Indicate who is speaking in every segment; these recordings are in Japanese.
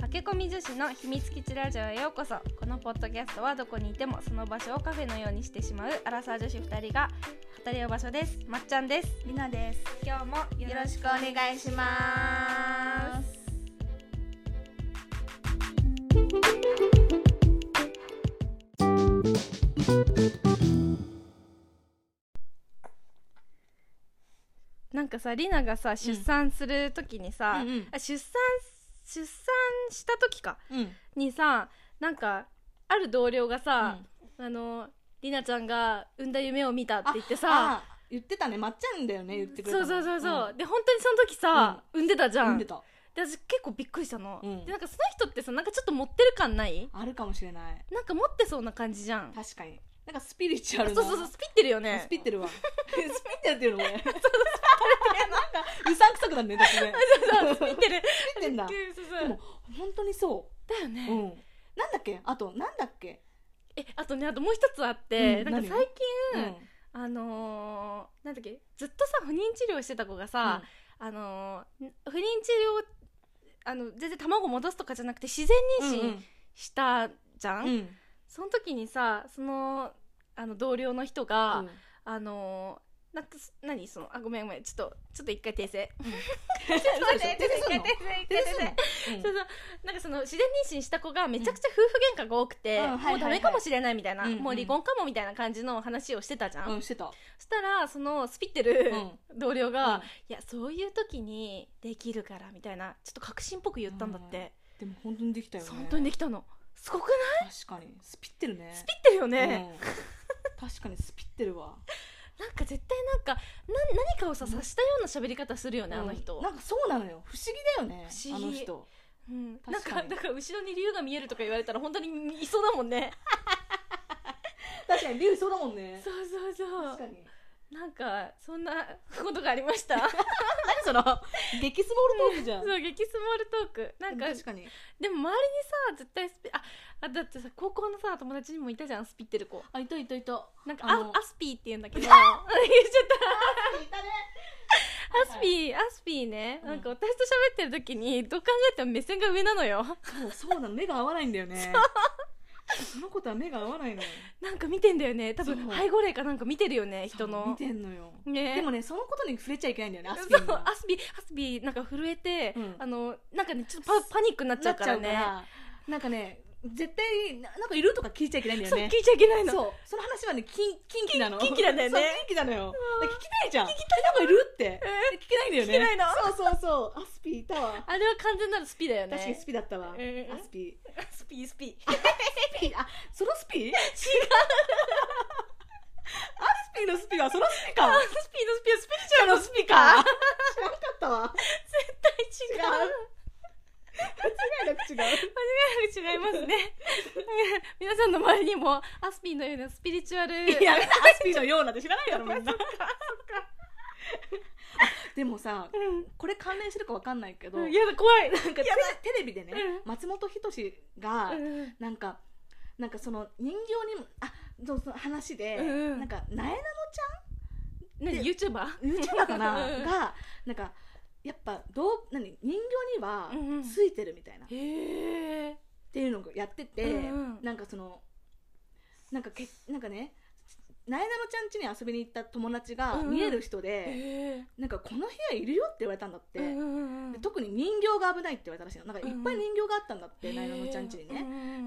Speaker 1: 駆け込み女子の秘密基地ラジオへようこそこのポッドキャストはどこにいてもその場所をカフェのようにしてしまうアラサー女子2人が語り合う場所ですまっちゃんです
Speaker 2: りなです
Speaker 1: 今日もよろしくお願いしますなんかさりながさ出産する時にさ、
Speaker 2: うんうん
Speaker 1: あ出産出産した時か
Speaker 2: うん
Speaker 1: にさなんかある同僚がさ、あのりなちゃんが産んだ夢を見たって言ってさ
Speaker 2: あ言ってたねまっちゃんだよね言ってくれた
Speaker 1: そう
Speaker 2: の
Speaker 1: そうそうそう、で本当にその時さ、産んでたじ
Speaker 2: うん
Speaker 1: ゃ
Speaker 2: 読
Speaker 1: ん
Speaker 2: ん
Speaker 1: で
Speaker 2: でた
Speaker 1: 私結構びっくりしたの、
Speaker 2: うん
Speaker 1: でなんかその人ってさなんかちょっと持ってる感ない
Speaker 2: あるかもしれない
Speaker 1: なんか持ってそうな感じじゃん
Speaker 2: 確かになんかスピリチュアル
Speaker 1: そう
Speaker 2: な
Speaker 1: そうそうスピってるよね
Speaker 2: スピって るわスピってるっていうのねそうそうなんかうさんくさくなるね私ね
Speaker 1: そうそうスピってる
Speaker 2: スピってんだで
Speaker 1: そうそう
Speaker 2: も本当にそ
Speaker 1: だよ
Speaker 2: う
Speaker 1: ね、
Speaker 2: うんなんだっけあとなんだっけ
Speaker 1: えあとねあともう一つあって、
Speaker 2: うん
Speaker 1: なんか最近、
Speaker 2: うん
Speaker 1: あのー、なんだっけずっとさ不妊治療してた子がさ、あのーん不妊治療あの全然卵戻すとかじゃなくて自然
Speaker 2: うん
Speaker 1: 妊娠したじゃん、
Speaker 2: うんうん
Speaker 1: その時にさそのあの同僚の人が、あのー、なんかす何そのあごめんごめんちょっとちょっと一回訂正
Speaker 2: そうでしょ出て
Speaker 1: 一
Speaker 2: すん
Speaker 1: 回
Speaker 2: の
Speaker 1: 訂正一
Speaker 2: 出
Speaker 1: 回
Speaker 2: て
Speaker 1: 訂
Speaker 2: すん
Speaker 1: 正
Speaker 2: の
Speaker 1: そうそうなんかその自然妊娠した子がめちゃくちゃ夫婦喧嘩が多くて、
Speaker 2: うんうんはいはい
Speaker 1: も
Speaker 2: は
Speaker 1: う
Speaker 2: い
Speaker 1: ダメかもしれないみたいな、
Speaker 2: うんうん
Speaker 1: もう離婚かもみたいな感じの話をしてたじゃん、
Speaker 2: うんうんしてた
Speaker 1: そしたらそのスピってる
Speaker 2: う
Speaker 1: 同僚が、
Speaker 2: うん
Speaker 1: いやそういう時にできるからみたいなちょっと確信っぽく言ったんだって、
Speaker 2: でも本当にできたよね
Speaker 1: 本当にできたのすごくない
Speaker 2: 確かにスピってるね
Speaker 1: スピってるよね、
Speaker 2: うん確かにスピってるわ
Speaker 1: なんか絶対なんかな何かをさ察したような喋り方するよね、あの人
Speaker 2: うんなんかそうなのよ不思議だよね
Speaker 1: 不思
Speaker 2: あ
Speaker 1: 議
Speaker 2: の人
Speaker 1: うん、なん
Speaker 2: 確
Speaker 1: か
Speaker 2: かに
Speaker 1: だから後ろに竜が見えるとか言われたら本当にいそうだもんね
Speaker 2: 確かに竜そうだもんね
Speaker 1: そうそうそ
Speaker 2: 確か
Speaker 1: う
Speaker 2: に
Speaker 1: なんかそんなことがありました
Speaker 2: 何 その激スモールトークじゃん
Speaker 1: そう激スモールトークなんか
Speaker 2: 確かに
Speaker 1: でも周りにさ絶対スピああだってさ高校のさ友達にもいたじゃんスピってる子
Speaker 2: あいたいたいたあ
Speaker 1: なんか
Speaker 2: あ
Speaker 1: あ
Speaker 2: の
Speaker 1: アスピーって言うんだけど 言っちゃっ
Speaker 2: いたね
Speaker 1: たアスピーアスピーね、
Speaker 2: うん
Speaker 1: なんか私と喋ってる時にどう考えても目線が上なのよ
Speaker 2: そうそうなの目が合わないんだよねその子とは目が合わないのよ
Speaker 1: なんか見てんだよね多分
Speaker 2: そう
Speaker 1: 背後霊かなんか見てるよね人
Speaker 2: そう見
Speaker 1: の
Speaker 2: てんのよ
Speaker 1: ね
Speaker 2: でもねそのことに触れちゃいけないんだよねアスピ
Speaker 1: そ
Speaker 2: ン
Speaker 1: う
Speaker 2: が
Speaker 1: アスピーアスピーなんか震えて、
Speaker 2: うん
Speaker 1: あのなんかねちょっとパパニックになっちゃうからね
Speaker 2: なっちゃうからなんかね絶対ななんかいるとか聞いちゃいけないんだよ
Speaker 1: そう聞
Speaker 2: ね
Speaker 1: いちゃいけないの
Speaker 2: そうその話はね近近畿なの
Speaker 1: 近畿なんだよね
Speaker 2: そう近畿なのよだから聞きたいじゃん聞きたいなんかいるって聞けないんだよ
Speaker 1: 聞
Speaker 2: ね
Speaker 1: けないの
Speaker 2: そうそうそうアスピーいたわ
Speaker 1: あれは完全なるスピだよね
Speaker 2: 確かにスピだったわ
Speaker 1: うんうん
Speaker 2: アスピー
Speaker 1: スピスピ
Speaker 2: スピーあそのスピー違うアスピーのスピーはそのスピー
Speaker 1: あ
Speaker 2: か
Speaker 1: スピのスピはスピリチュア
Speaker 2: そ
Speaker 1: ル
Speaker 2: のスピーか知らなかったわ
Speaker 1: 絶対違う
Speaker 2: 違う間
Speaker 1: 間違いなく違いま
Speaker 2: 違いなく違う
Speaker 1: すね 皆さんの周りにもアスピーのようなスピリチュアル
Speaker 2: いやアスピーのようなんて知らないだろみんなでもさ
Speaker 1: う
Speaker 2: これ関連してるかわかんないけど
Speaker 1: ん、いやだ怖い
Speaker 2: なんかテレビでね
Speaker 1: う
Speaker 2: 松本人志が
Speaker 1: うん
Speaker 2: なんかなんかその人形にもあそうそう話で、
Speaker 1: うん
Speaker 2: なんかなえなのち
Speaker 1: 何 YouTuber?
Speaker 2: ゃん YouTuber かな
Speaker 1: うん
Speaker 2: がなんかやっぱどう何人形には
Speaker 1: うんうん
Speaker 2: ついてるみたいな、っ
Speaker 1: へえ
Speaker 2: ていうのをやってて、
Speaker 1: うんうん
Speaker 2: なんかそのなんかけなんかねなえなのちゃん家に遊びに行った友達が
Speaker 1: うん
Speaker 2: 見える人で、
Speaker 1: へ
Speaker 2: なんかこの部屋いるよって言われたんだって、
Speaker 1: えうん
Speaker 2: で特に人形が危ないって言われたらしいのなんかいっぱい人形があったんだって、なえなのちゃん家に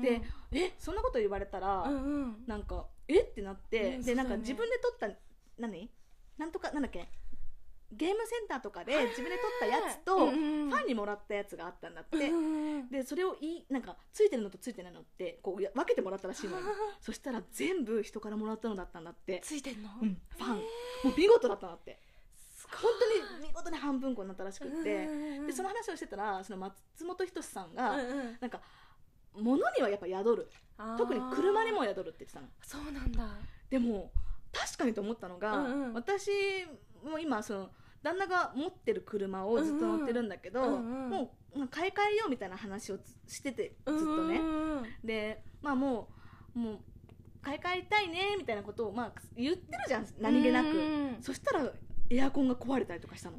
Speaker 2: ね、でえそんなこと言われたら、
Speaker 1: うんうん
Speaker 2: なんかえってなって、
Speaker 1: うんそうだよね
Speaker 2: でなんか自分で撮った何なんとかなんだっけゲームセンターとかで自分で撮ったやつと、
Speaker 1: うん
Speaker 2: フ
Speaker 1: うん
Speaker 2: ァンにもらったやつがあったんだって、
Speaker 1: うんうんうん
Speaker 2: でそれをいいなんかついてるのとついてないのってこうや分けてもらったらしいのよそしたら全部人からもらったのだったんだって、
Speaker 1: ついてんの
Speaker 2: うん、ファンもう見事だったんだって本当に見事に半分こになったらしくって、でその話をしてたらその松本人志さんが、なんか物にはやっぱ宿る特に車にも宿るって言ってたの。
Speaker 1: そうなんだ
Speaker 2: でも確かにと思ったのが、
Speaker 1: うんうん
Speaker 2: 私も今その旦那が持ってる車をずっと乗ってるんだけど、
Speaker 1: うんうんうんうん
Speaker 2: もうもう買い替えようみたいな話をつしててずっとね、でまあもうもう買い替えたいねみたいなことをまあ言ってるじゃん何気なく、そしたらエアコンが壊れたりとかしたの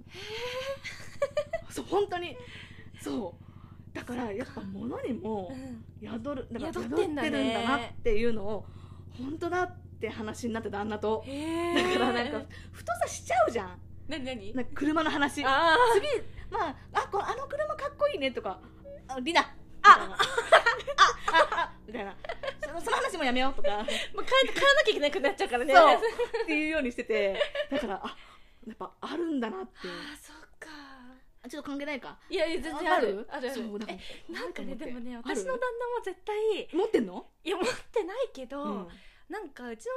Speaker 2: そう本当にそうだからやっぱ物にも
Speaker 1: うん
Speaker 2: 宿るだから
Speaker 1: 宿
Speaker 2: 宿
Speaker 1: っ
Speaker 2: って
Speaker 1: ん
Speaker 2: てるん
Speaker 1: だ
Speaker 2: だ
Speaker 1: ね
Speaker 2: なっていうのを本当だって話になって旦那と
Speaker 1: へ
Speaker 2: だ
Speaker 1: ー
Speaker 2: からなんか太さしちゃうじゃん
Speaker 1: 何何
Speaker 2: なんか車の話次
Speaker 1: あー
Speaker 2: まああこあの車かっこいいねとかあリナ
Speaker 1: あ
Speaker 2: みたいなあああみたいなそのその話もやめようとか
Speaker 1: もう帰って帰らなきゃいけなくなっちゃうからね
Speaker 2: そう
Speaker 1: あ
Speaker 2: っていうようにしててだからあやっぱあるんだなっていう
Speaker 1: ーそっか
Speaker 2: あちょっと関係ないか
Speaker 1: いやいや全然あるあるある
Speaker 2: そうだ
Speaker 1: えなんかねでもね
Speaker 2: ある
Speaker 1: 私の旦那も絶対
Speaker 2: 持ってんの
Speaker 1: いや持ってないけど、
Speaker 2: うん
Speaker 1: なんかうちの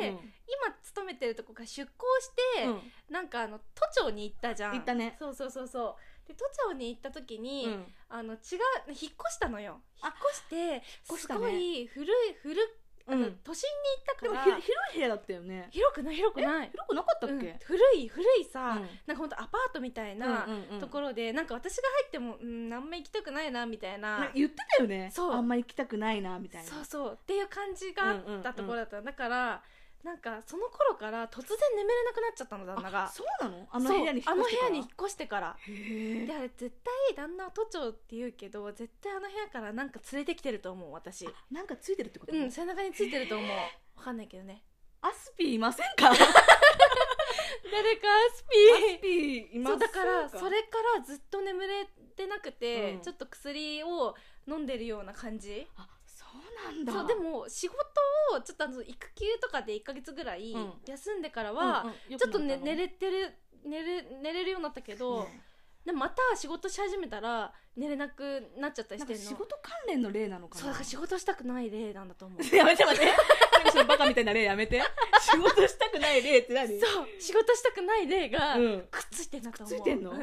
Speaker 1: 旦那って、
Speaker 2: うん
Speaker 1: 今勤めてるとこから出向して、
Speaker 2: うん
Speaker 1: なんかあの都庁に行ったじゃん
Speaker 2: 行ったね
Speaker 1: そうそうそうそうで都庁に行った時に、
Speaker 2: うん
Speaker 1: あの違う引っ越したのよ引っ
Speaker 2: あ
Speaker 1: 越して
Speaker 2: 越した
Speaker 1: す
Speaker 2: ね
Speaker 1: ごい古い古あの、
Speaker 2: うん
Speaker 1: 都心に
Speaker 2: で
Speaker 1: 行
Speaker 2: も
Speaker 1: った
Speaker 2: ひ
Speaker 1: から
Speaker 2: 広い部屋だったよね
Speaker 1: 広くない広くない
Speaker 2: 広くなかったっけ、
Speaker 1: うん古い古いさ、なんかほんとアパートみたいなとこ
Speaker 2: ろ
Speaker 1: ろで、なんか私が入ってもうん何も行きたくないなみたいな
Speaker 2: 言ってたよね
Speaker 1: そう
Speaker 2: あんま行きたくないなみたいな
Speaker 1: そうそうっていう感じがあったところだった、だからなんかその頃から突然眠れなくなっちゃったの旦那が
Speaker 2: あそうなのあの部屋に引っ
Speaker 1: そうあの
Speaker 2: 越
Speaker 1: 部
Speaker 2: してから
Speaker 1: 屋に引っ越してから
Speaker 2: へ
Speaker 1: で
Speaker 2: え
Speaker 1: あれ絶対旦那は都庁って言うけど絶対あの部屋からなんか連れてきてると思う私
Speaker 2: なんかついてるってこと、
Speaker 1: うん背中についてると思うわかんないけどね
Speaker 2: アスピーいません かアス
Speaker 1: 誰かアスピー
Speaker 2: ピーいま
Speaker 1: そ
Speaker 2: せ
Speaker 1: うんだ
Speaker 2: か
Speaker 1: からそれからずっと眠れてなくて、
Speaker 2: うん
Speaker 1: ちょっと薬を飲んでるような感じ
Speaker 2: あそうなんだ
Speaker 1: そうでも仕事をちょっとあの育休とかで1か月ぐらい
Speaker 2: うん
Speaker 1: 休んでからは、
Speaker 2: はち
Speaker 1: ちょっと、ね、寝れてる寝れ寝れるようになったけど、
Speaker 2: ね
Speaker 1: でもまた仕事し始めたら寝れなくなっちゃったりし
Speaker 2: なん
Speaker 1: て
Speaker 2: か
Speaker 1: るの
Speaker 2: 仕事関連の例なのかな
Speaker 1: そうだから仕事したくない例なんだと思うそ
Speaker 2: やめて待ってなんかそのバカみたいな例や めて仕事したくない例って何何
Speaker 1: う仕事したくない例が
Speaker 2: うん
Speaker 1: くっついてんだと思う
Speaker 2: くっついてんの
Speaker 1: う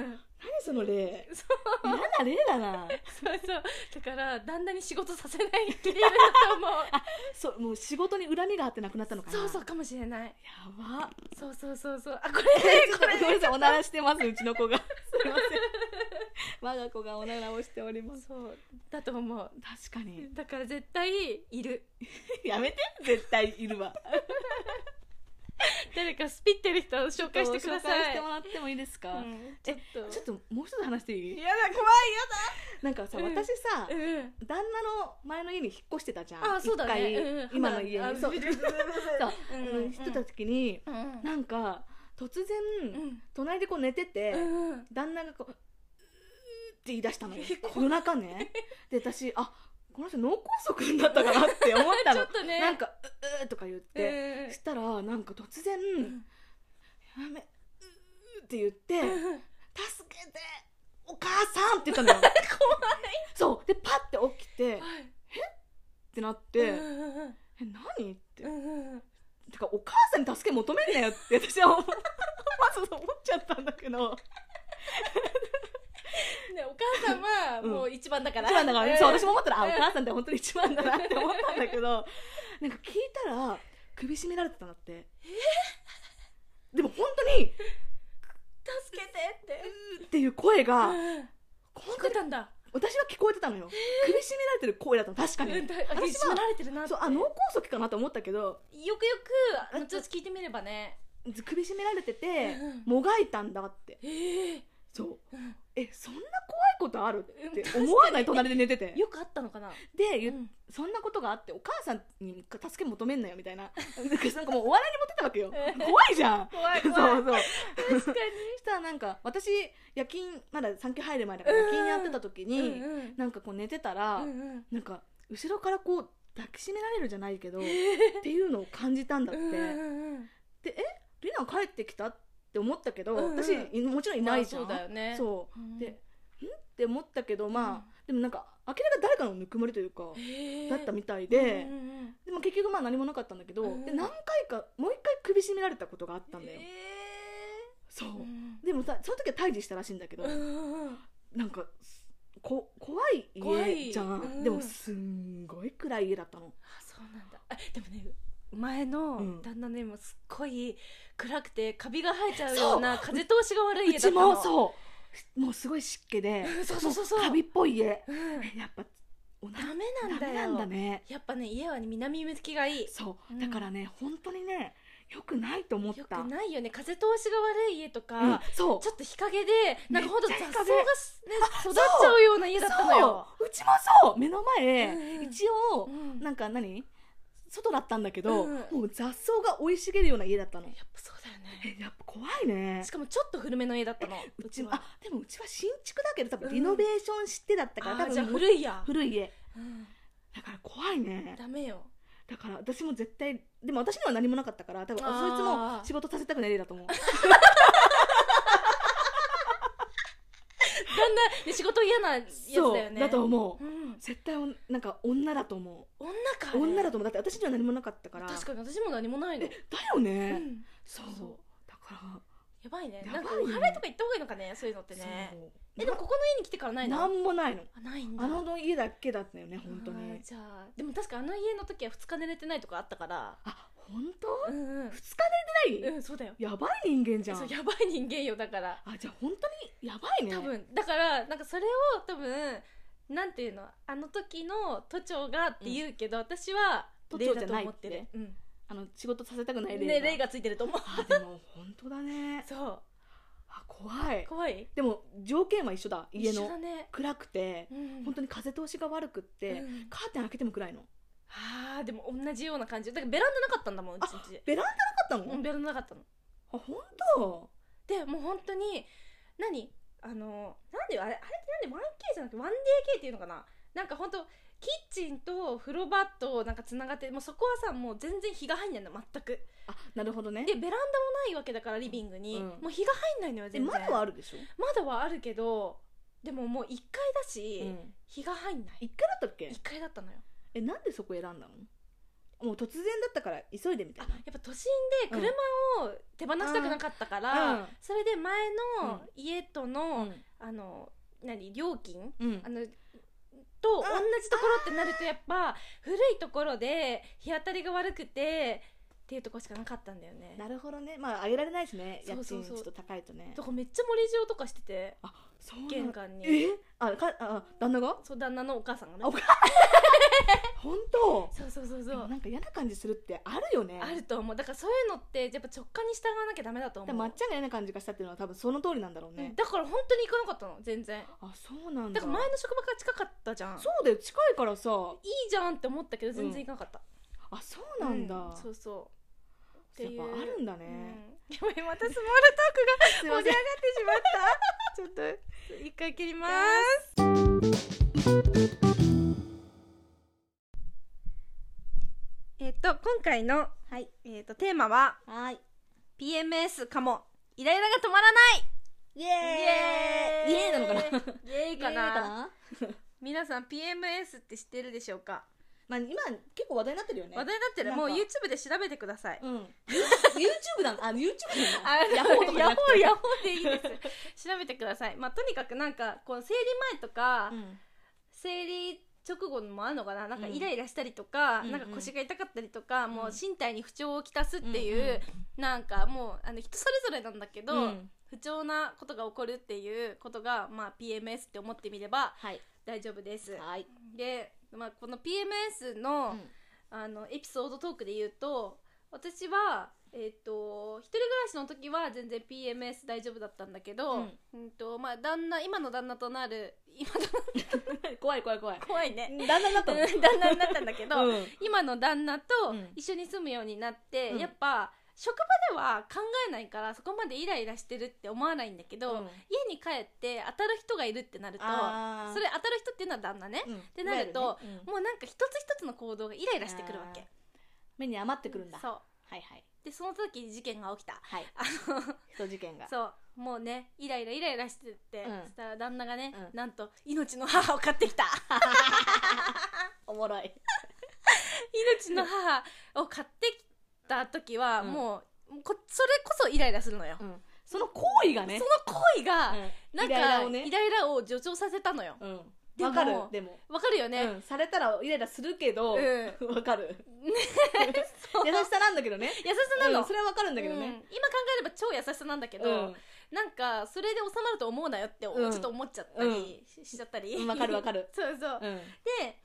Speaker 2: その例
Speaker 1: そ
Speaker 2: 嫌な例だな
Speaker 1: そうそうだから旦那に仕事させない理由だと思う
Speaker 2: そうもう仕事に恨みがあってなくなったのかな
Speaker 1: そうそうかもしれない
Speaker 2: やば
Speaker 1: そうそうそうそうあこれ
Speaker 2: えちょっとごめんなさいおならしてますうちの 子がすいません我が子がおならをしております
Speaker 1: そうだと思う
Speaker 2: 確かに
Speaker 1: だから絶対いる
Speaker 2: やめて絶対いるわ
Speaker 1: 誰かスピってる人を紹介してくださ
Speaker 2: 紹介
Speaker 1: い
Speaker 2: してもらってもいいですか、
Speaker 1: うんちょっと
Speaker 2: ちょっともう一つ話していい
Speaker 1: やだ怖
Speaker 2: なんかさ、
Speaker 1: うん
Speaker 2: 私さ、
Speaker 1: いやだうん
Speaker 2: 旦那の前の家に引っ越してたじゃん
Speaker 1: あそうだね
Speaker 2: 一回、
Speaker 1: うんうん
Speaker 2: 今の家
Speaker 1: あ
Speaker 2: にそう
Speaker 1: ビ
Speaker 2: 引
Speaker 1: ビビビビビうん
Speaker 2: っしてた時に、
Speaker 1: うん
Speaker 2: なんか突然、
Speaker 1: うん
Speaker 2: 隣でこう寝てて、
Speaker 1: うんうん
Speaker 2: 旦那がこう「うー」って言い出したのよ夜中ねで私あこの人脳梗塞になったかなって思った
Speaker 1: ちょ
Speaker 2: の
Speaker 1: っ、とね
Speaker 2: なんか「ううー」とか言って、
Speaker 1: うん
Speaker 2: そしたらなんか突然「
Speaker 1: うん
Speaker 2: やめうー」って言って
Speaker 1: うん
Speaker 2: 「助けてお母さん」って 言ったのよ怖いそうでパッて起きてっ
Speaker 1: はい
Speaker 2: てなって
Speaker 1: う
Speaker 2: 「
Speaker 1: んうん
Speaker 2: え何?」って
Speaker 1: うんうん
Speaker 2: てかお母さんに助け求めんなよって私は思う まず思っちゃったんだけど
Speaker 1: ねお母さんは
Speaker 2: うん
Speaker 1: もう一番だから
Speaker 2: 一番だから、
Speaker 1: うん
Speaker 2: そう私も思ったら、あ
Speaker 1: うん
Speaker 2: お母さんって本当に一番だなって思ったんだけ どなんか聞いたら首絞められてたんだってでも本当に「
Speaker 1: 助けてって
Speaker 2: うー」っていう声が
Speaker 1: うん
Speaker 2: 本
Speaker 1: 作っ
Speaker 2: 当に
Speaker 1: たんだ
Speaker 2: 私は聞こえてたのよ首絞められてる声だったの確かに
Speaker 1: うんだあ
Speaker 2: 私
Speaker 1: 絞
Speaker 2: は
Speaker 1: められてるなって
Speaker 2: そうあ脳梗塞かなと思ったけど
Speaker 1: よくよく後々聞いてみればね
Speaker 2: 首絞められてて
Speaker 1: うん
Speaker 2: もがいたんだって
Speaker 1: ええ
Speaker 2: そう
Speaker 1: うん
Speaker 2: えそんな怖いことある
Speaker 1: うん
Speaker 2: って思わない隣で寝てて
Speaker 1: よくあったのかな
Speaker 2: で
Speaker 1: う
Speaker 2: 言っ
Speaker 1: ん
Speaker 2: そんなことがあってお母さんに助け求めんなよみた いななんかなんかもうお笑いに持ってたわけよ怖いじゃん
Speaker 1: 怖い
Speaker 2: そう
Speaker 1: 怖い
Speaker 2: そう
Speaker 1: 確か
Speaker 2: そしたらなんか私夜勤まだ産休入る前だから夜勤やってた時
Speaker 1: に
Speaker 2: に、なんかこう寝てたら、
Speaker 1: うんうん
Speaker 2: なんか後ろからこう抱きしめられるじゃないけどっ
Speaker 1: え
Speaker 2: ていうのを感じたんだ
Speaker 1: え
Speaker 2: って、
Speaker 1: うんうんうん
Speaker 2: リナ帰ってきたって思ったけど、
Speaker 1: うんうん
Speaker 2: 私いもちろんいないじゃん、
Speaker 1: まあそうだよね
Speaker 2: そううんで、んって思ったけどまあ、でもなんか明らかに誰かのぬくもりというか、
Speaker 1: ええ
Speaker 2: だったみたいで、
Speaker 1: うんうんうん
Speaker 2: でも結局まあ何もなかったんだけど、
Speaker 1: うん
Speaker 2: で何回かもう一回首絞められたことがあったんだよ、
Speaker 1: え
Speaker 2: そう、
Speaker 1: えうん
Speaker 2: でもさその時は退治したらしいんだけど、
Speaker 1: うんうん
Speaker 2: なんかこ怖い
Speaker 1: 怖
Speaker 2: 家
Speaker 1: い
Speaker 2: じゃん、
Speaker 1: うん
Speaker 2: でもすんごい暗い家だったの
Speaker 1: あそうなんだあでもね前
Speaker 2: う
Speaker 1: の
Speaker 2: ん
Speaker 1: 旦那ねもうすっごい暗くてカビが生えちゃう
Speaker 2: そう
Speaker 1: ような風通しが悪い家
Speaker 2: う
Speaker 1: だった
Speaker 2: ち
Speaker 1: の
Speaker 2: もそうもうすごい湿気で
Speaker 1: うんそうそうそうそう
Speaker 2: もカビっぽい家や
Speaker 1: うん、
Speaker 2: っぱおな
Speaker 1: ダメなんだよ
Speaker 2: ダメなんだね
Speaker 1: やっぱね家はね南向きがいい
Speaker 2: そううんだからね、本当にねよくないと思っ
Speaker 1: よ
Speaker 2: た
Speaker 1: くないよね風通しが悪い家とか、
Speaker 2: うんそう
Speaker 1: ちょっと日陰でなんかほんと雑
Speaker 2: めっちゃ
Speaker 1: 草
Speaker 2: 日
Speaker 1: が
Speaker 2: 陰
Speaker 1: ね
Speaker 2: あ
Speaker 1: 育っちゃうような家だったのよ。
Speaker 2: そううちもそう目の前、
Speaker 1: うん
Speaker 2: 一応
Speaker 1: うん
Speaker 2: なんか何外だったんだけど、
Speaker 1: うん
Speaker 2: もう雑草が生い茂るような家だったの
Speaker 1: やっぱそうだよね
Speaker 2: えやっぱ怖いね
Speaker 1: しかもちょっと古めの家だったの
Speaker 2: うちもあでもうちは新築だけど多分リノベーションしてだったから、
Speaker 1: あ
Speaker 2: 多
Speaker 1: じゃあ
Speaker 2: 分
Speaker 1: 古いや、
Speaker 2: 古い家
Speaker 1: うん、
Speaker 2: だから怖いね
Speaker 1: ダメよ
Speaker 2: だから私も絶対でも私には何もなかったから多分
Speaker 1: あー
Speaker 2: あそいつも仕事させたくない例 だと思う
Speaker 1: だんだん、ね、仕事嫌なやつだよ
Speaker 2: そう
Speaker 1: ね
Speaker 2: だと思う
Speaker 1: うん、
Speaker 2: 絶対おんなんか女だと思
Speaker 1: 女かあ
Speaker 2: う
Speaker 1: れ
Speaker 2: 女だと思うだって私には何もなかったから
Speaker 1: 確かに私も何もないの、
Speaker 2: えだよ
Speaker 1: う
Speaker 2: ね、
Speaker 1: ん、
Speaker 2: そう
Speaker 1: そう
Speaker 2: だから
Speaker 1: やばいね
Speaker 2: やば
Speaker 1: ないん
Speaker 2: よ
Speaker 1: かお払いとか行った方がいいのかねそういうのってね
Speaker 2: そう
Speaker 1: えでもここの家に来てからないの
Speaker 2: ななんもないの
Speaker 1: あないんだ
Speaker 2: あの家だけだったよね本当
Speaker 1: あー
Speaker 2: に
Speaker 1: じゃあでも確かあの家の時は2日寝れてないとかあったから
Speaker 2: あ本当
Speaker 1: うんうん
Speaker 2: 二日寝れてない
Speaker 1: うんそうだよ
Speaker 2: やばい人間じゃん
Speaker 1: そうやばい人間よだから
Speaker 2: あじゃあ本当にやばいね
Speaker 1: 多分だからなんかそれを多分なんていうのあの時の都庁がって言うけど、私は
Speaker 2: 都庁
Speaker 1: 霊だと思って
Speaker 2: じゃない
Speaker 1: る
Speaker 2: っ
Speaker 1: うん
Speaker 2: あの仕事させたくない
Speaker 1: ね霊がついてると思う
Speaker 2: あでも本当だね
Speaker 1: そう
Speaker 2: あ怖い
Speaker 1: 怖い
Speaker 2: でも条件は一緒だ家
Speaker 1: 一緒
Speaker 2: の
Speaker 1: だね、
Speaker 2: 暗くて
Speaker 1: うん
Speaker 2: 本当に風通しが悪くって、
Speaker 1: うん
Speaker 2: カーテン開けても暗いの
Speaker 1: あーでも同じような感じだからベランダなかったんだもんうちんち
Speaker 2: ベランダなかったの、
Speaker 1: うんベランダなかったの
Speaker 2: あ本当
Speaker 1: でもう本当に何あのなんであれあれってなんで 1K じゃなくて 1DK っていうのかななんか本当キッチンと風呂場となんかつながってもうそこはさもう全然日が入んないの全く
Speaker 2: あなるほどね
Speaker 1: でベランダもないわけだからリビングに、
Speaker 2: うん
Speaker 1: もう日が入んないのよ
Speaker 2: で
Speaker 1: 全然
Speaker 2: 窓はあるでしょ、
Speaker 1: 窓はあるけどでももう1階だし、
Speaker 2: うん
Speaker 1: 日が入んない
Speaker 2: 一回だったっけ
Speaker 1: 1階だったのよ
Speaker 2: えなんでそこ選んだのもう突然だったから急いでみた
Speaker 1: あ
Speaker 2: いな
Speaker 1: やっぱ都心で車を手放したくなかったから、
Speaker 2: うんうん
Speaker 1: それで前の家との、
Speaker 2: うん
Speaker 1: あの何料金
Speaker 2: うん
Speaker 1: あのと同じところってなるとやっぱ古いところで日当たりが悪くてっていうところしかなかったんだよね
Speaker 2: なるほどねまあ上げられないしね
Speaker 1: そ
Speaker 2: 家
Speaker 1: うそう
Speaker 2: 賃
Speaker 1: そう
Speaker 2: ちょっと高いとね
Speaker 1: とかめっちゃ盛り塩とかしてて
Speaker 2: そうなん
Speaker 1: 玄関に
Speaker 2: えあかあ旦那が
Speaker 1: そう旦那のお母さんがね
Speaker 2: あ本当
Speaker 1: そうそうそうそ
Speaker 2: でも
Speaker 1: う
Speaker 2: なんか嫌な感じするってあるよね
Speaker 1: あると思うだからそういうのってやっぱ直感に従わなきゃダメだと
Speaker 2: で
Speaker 1: 思う
Speaker 2: もまっちゃんが嫌な感じがしたっていうのは多分その通りなんだろう
Speaker 1: う
Speaker 2: ね
Speaker 1: ん、だから本当に行かなかったの全然
Speaker 2: あそうなんだ
Speaker 1: だから前の職場から近かったじゃんい
Speaker 2: そうだよ近いからさ
Speaker 1: いじゃんって思ったけど全然行かなかった、
Speaker 2: あそうなんだ、
Speaker 1: うんそうそうっていう
Speaker 2: やっぱあるんだね、
Speaker 1: うん、やばいまたスモールトーク
Speaker 2: す
Speaker 1: が盛
Speaker 2: いま
Speaker 1: り上が
Speaker 2: せ
Speaker 1: ってし
Speaker 2: ん
Speaker 1: ま ったちょっと一回切りますえっと今回の、はいえっとテーマは
Speaker 2: はい
Speaker 1: PMS かもイライラが止まらない
Speaker 2: イエーイイエーイなのかな
Speaker 1: イエーイかな
Speaker 2: イエーイな
Speaker 1: 皆さん PMS って知ってるでしょうか、
Speaker 2: まあ今結構話題になってるよね
Speaker 1: 話題になってる
Speaker 2: なん
Speaker 1: も
Speaker 2: か
Speaker 1: う YouTube で調べてください
Speaker 2: うん YouTube なのあ YouTube な
Speaker 1: あ
Speaker 2: のヤホーとかじゃ
Speaker 1: ヤホ
Speaker 2: なく
Speaker 1: ー
Speaker 2: て
Speaker 1: ヤホーでいいです調べてくださいまあとにかくなんかこう生理前とか、
Speaker 2: うん
Speaker 1: 生理直後のもあるのかななんか
Speaker 2: うん
Speaker 1: イライラしたりとか、
Speaker 2: うんうん
Speaker 1: なんか腰が痛かったりとか、もううん身体に不調をきたすっていう、
Speaker 2: うん
Speaker 1: なんかもうあの人それぞれなんだけど、
Speaker 2: うん
Speaker 1: 不調なことが起こるっていうことが、まあ、PMS って思ってみれば
Speaker 2: はい
Speaker 1: 大丈夫です。
Speaker 2: はい
Speaker 1: で、まあ、この PMS の,、
Speaker 2: うん
Speaker 1: あのエピソードトークで言うと私は、えっと一人暮らしの時は全然 PMS 大丈夫だったんだけど、う
Speaker 2: うんん
Speaker 1: とまあ、旦那今の旦那となる 今の
Speaker 2: 怖い怖い怖い
Speaker 1: 怖いね
Speaker 2: だんだん なっ
Speaker 1: 旦
Speaker 2: たの
Speaker 1: 那になったんだけど、
Speaker 2: うん
Speaker 1: 今の旦那と
Speaker 2: うん
Speaker 1: 一緒に住むようになって、
Speaker 2: うん
Speaker 1: やっぱ職場では考えないからそこまでイライラしてるって思わないんだけど、
Speaker 2: うん
Speaker 1: 家に帰って当たる人がいるってなると
Speaker 2: あー
Speaker 1: それ当たる人っていうのは旦那ね、
Speaker 2: って
Speaker 1: なるとも
Speaker 2: も
Speaker 1: うなんか一つ一つの行動がイライラしてくるわけ
Speaker 2: 目に余ってくるんだ
Speaker 1: そう
Speaker 2: はいはい
Speaker 1: でその時事件が起きた
Speaker 2: はい
Speaker 1: あの
Speaker 2: 人事件が
Speaker 1: そうもうねイライライライラしてって、
Speaker 2: うん
Speaker 1: そしたら旦那がね、
Speaker 2: うん
Speaker 1: なんと命の母を買ってき た
Speaker 2: おもろい
Speaker 1: 命の母を買ってきた時は、
Speaker 2: うん
Speaker 1: もうこそれこそイライラするのよ、
Speaker 2: その行為がね
Speaker 1: その行為が、なんかイ
Speaker 2: イライ
Speaker 1: ライ
Speaker 2: ラ
Speaker 1: ラ,、
Speaker 2: をね
Speaker 1: を助長させたのよ
Speaker 2: うん
Speaker 1: でも
Speaker 2: わかるでも
Speaker 1: わかるよ
Speaker 2: う
Speaker 1: ね、
Speaker 2: んされたらイライラするけど
Speaker 1: うん
Speaker 2: わ
Speaker 1: 優し
Speaker 2: かる優しさなんだけどね
Speaker 1: さなの、
Speaker 2: うんそれはわかるんだけど
Speaker 1: うん
Speaker 2: ね
Speaker 1: 今考えれば超優しさなんだけど、
Speaker 2: うん
Speaker 1: なんかそれで収まると思うなよって、
Speaker 2: う ん
Speaker 1: ちょっと思っちゃったりし,、ちゃったり
Speaker 2: うんわかるわかる
Speaker 1: そうそう、
Speaker 2: うん
Speaker 1: で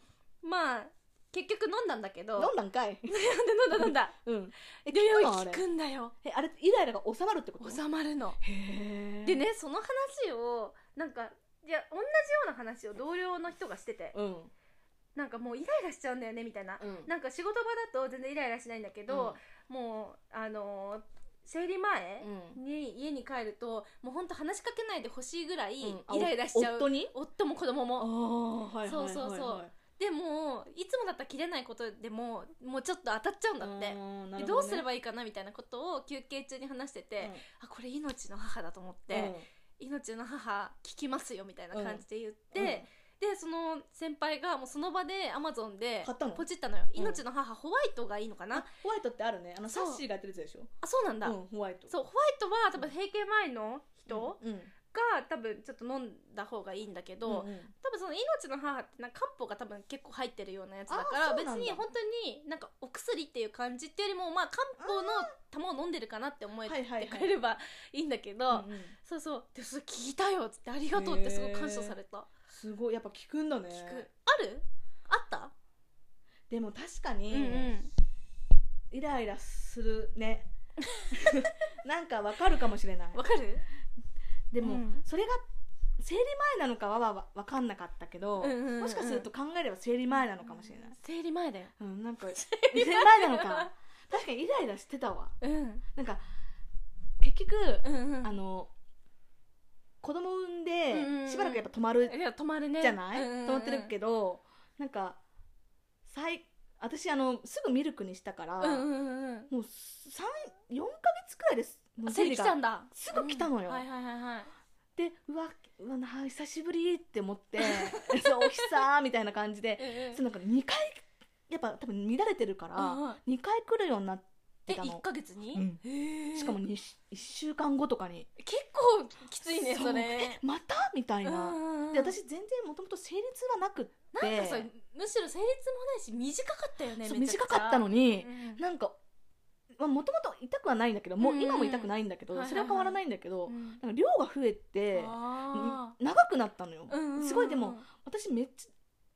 Speaker 1: まあ結局飲んだんだけど
Speaker 2: 飲んだんかい
Speaker 1: 飲んだ飲んだ
Speaker 2: うんえ
Speaker 1: で
Speaker 2: 聞くのあ
Speaker 1: 効
Speaker 2: れ
Speaker 1: くんだよ
Speaker 2: えあれイライラが収まるってこと
Speaker 1: 収まるの
Speaker 2: へー
Speaker 1: でねその話をなんかいや同じような話を同僚の人がしてて
Speaker 2: うん
Speaker 1: なんかもうイライラしちゃうんだよねみたいな、
Speaker 2: うん
Speaker 1: なんか仕事場だと全然イライラしないんだけど、もうあのー生理前
Speaker 2: うんうん
Speaker 1: に家に帰るともうほんと話しかけないでほしいぐらい
Speaker 2: うんあ
Speaker 1: イライラしちゃう、
Speaker 2: 夫に
Speaker 1: 夫も子供
Speaker 2: ああ
Speaker 1: も
Speaker 2: はいはいはいはい
Speaker 1: そうそうそうでもいつもだったら切れないことでももうちょっと当たっちゃうんだって
Speaker 2: あーな
Speaker 1: で
Speaker 2: る
Speaker 1: ど
Speaker 2: ほ
Speaker 1: う
Speaker 2: ね
Speaker 1: すればいいかなみたいなことを休憩中に話してて、あこれ命の母だと思っ
Speaker 2: うんうん
Speaker 1: て、命の母聞きますよみたいな感じで言って、
Speaker 2: うん
Speaker 1: でその先輩がもうその場でアマゾンで
Speaker 2: 買ったの
Speaker 1: ポチったのよ、
Speaker 2: うん
Speaker 1: 命の母ホワイトがいいのかな
Speaker 2: あホワイトってあるねあのサ
Speaker 1: そう
Speaker 2: ッシーがやってるやつでしょ
Speaker 1: あそうなんだ、
Speaker 2: うんホワイト
Speaker 1: そうホワイトは多分閉経前の人
Speaker 2: うんうん
Speaker 1: が多分ちょっと飲んだ方がいいんだけど、
Speaker 2: うんうん
Speaker 1: 多分その命の母ってなんか漢方が多分結構入ってるようなやつだか
Speaker 2: あ
Speaker 1: ら
Speaker 2: ーそう
Speaker 1: 別
Speaker 2: なんだ
Speaker 1: に本当になんかお薬っていう感じっていうよりもまあ漢方の玉を飲んでるかなって思え
Speaker 2: はいはいは
Speaker 1: てく
Speaker 2: い
Speaker 1: れればいいんだけど、
Speaker 2: うんうん
Speaker 1: そうそうでそれ聞いたよっつってありがとうってすごい感謝された、
Speaker 2: すごいやっぱ聞くんだね
Speaker 1: 聞くあるあった、
Speaker 2: でも確かに、
Speaker 1: うんうん
Speaker 2: イライラする ね なんかわかるかもしれない
Speaker 1: わかる
Speaker 2: でも、
Speaker 1: うん
Speaker 2: それが生理前なのかはわわわかんなかったけど、
Speaker 1: うんうんうんうん
Speaker 2: もしかすると考えれば生理前なのかもしれない、
Speaker 1: 生理前だよ
Speaker 2: うんな んか生理 前なのか確かにイライラしてたわ
Speaker 1: うんうん
Speaker 2: なんか結局、
Speaker 1: うん
Speaker 2: あの子供産んで、
Speaker 1: うんうんうん
Speaker 2: しばらくやっぱ止まる
Speaker 1: いや止まるね
Speaker 2: じゃない、
Speaker 1: うんうんうん
Speaker 2: 止まってるけどなんか最私あのすぐミルクにしたか
Speaker 1: う
Speaker 2: ら、
Speaker 1: んうんうんうん
Speaker 2: もう三四ヶ月くらいです。も
Speaker 1: あ
Speaker 2: う
Speaker 1: 生理来た
Speaker 2: が
Speaker 1: んだ
Speaker 2: すぐ来たのよ
Speaker 1: うんはいはいはいはい
Speaker 2: でうわうわな久しぶりって思って そうおひさーみたいな感じで、
Speaker 1: うんうん
Speaker 2: そうなんか二回やっぱ多分乱れてるから
Speaker 1: あ
Speaker 2: 二回来るようになっ
Speaker 1: え
Speaker 2: てた
Speaker 1: 一
Speaker 2: の。
Speaker 1: ヶ月に、
Speaker 2: うん
Speaker 1: へえ
Speaker 2: しかもに一週間後とかに
Speaker 1: 結構きついね
Speaker 2: そう
Speaker 1: それ
Speaker 2: えまたみたいな。で私全然もともと成立はなくって
Speaker 1: なんかさむしろ生理痛もないし短かったよね
Speaker 2: そう
Speaker 1: めちゃ
Speaker 2: 短
Speaker 1: くちゃ
Speaker 2: かったのに
Speaker 1: う、ん
Speaker 2: なんかもともと痛くはないんだけども
Speaker 1: うん
Speaker 2: う
Speaker 1: うん
Speaker 2: 今も痛くないんだけど、
Speaker 1: はいはいはい
Speaker 2: それは変わらないんだけど、
Speaker 1: うん
Speaker 2: なんか量が増えて
Speaker 1: あ
Speaker 2: ん長くなったのよ、
Speaker 1: ーうんうんうん
Speaker 2: すごいでも私めっちゃ